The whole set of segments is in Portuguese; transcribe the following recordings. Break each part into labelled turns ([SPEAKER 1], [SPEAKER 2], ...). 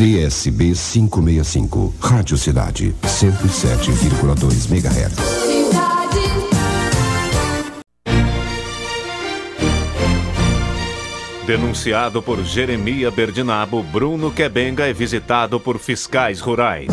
[SPEAKER 1] CSB 565, Rádio Cidade, 107,2 MHz.
[SPEAKER 2] Denunciado por Jeremia Berdinabo, Bruno Quebenga é visitado por fiscais rurais.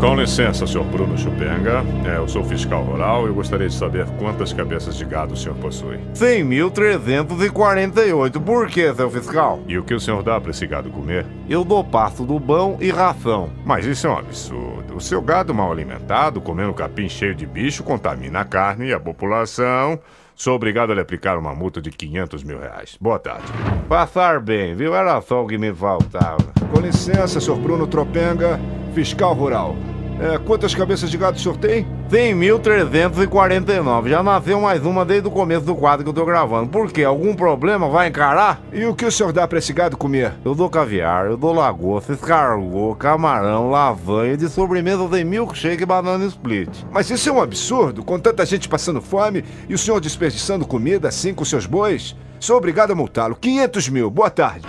[SPEAKER 3] Com licença, senhor Bruno Chupenga. É, eu sou fiscal rural e eu gostaria de saber quantas cabeças de gado o senhor possui.
[SPEAKER 4] 100.348. Por que, seu fiscal?
[SPEAKER 3] E o que o senhor dá para esse gado comer?
[SPEAKER 4] Eu dou pasto do bom e ração.
[SPEAKER 3] Mas isso é um absurdo. O seu gado mal alimentado, comendo capim cheio de bicho, contamina a carne e a população. Sou obrigado a lhe aplicar uma multa de 500 mil reais. Boa tarde.
[SPEAKER 4] Passar bem, viu? Era só o que me faltava.
[SPEAKER 5] Com licença, senhor Bruno Tropenga, fiscal rural. É, quantas cabeças de gado o senhor tem?
[SPEAKER 4] 100.349. Já nasceu mais uma desde o começo do quadro que eu tô gravando. Por quê? Algum problema vai encarar?
[SPEAKER 5] E o que o senhor dá pra esse gado comer?
[SPEAKER 4] Eu dou caviar, eu dou lagosta, escargot, camarão, lasanha de sobremesa tem milkshake e banana split.
[SPEAKER 5] Mas isso é um absurdo, com tanta gente passando fome e o senhor desperdiçando comida assim com seus bois? Sou obrigado a multá-lo. 500 mil. Boa tarde.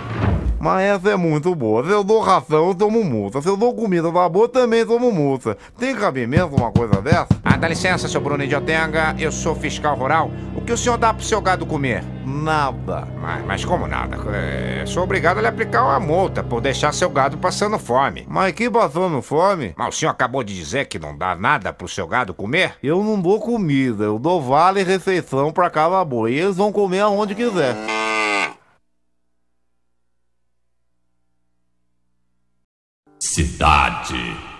[SPEAKER 4] Mas essa é muito boa. Se eu dou ração, eu tomo multa. Se eu dou comida na boa, também tomo multa. Tem cabimento uma coisa dessa?
[SPEAKER 6] Ah, dá licença, seu Bruno Idiotenga. Eu sou fiscal rural. O que o senhor dá pro seu gado comer?
[SPEAKER 4] Nada.
[SPEAKER 6] Mas, mas como nada? É, sou obrigado a lhe aplicar uma multa por deixar seu gado passando fome.
[SPEAKER 4] Mas que passando fome?
[SPEAKER 6] Mas o senhor acabou de dizer que não dá nada pro seu gado comer?
[SPEAKER 4] Eu não dou comida. Eu dou vale e refeição pra cada boi. E eles vão comer aonde quiser.
[SPEAKER 7] Cidade.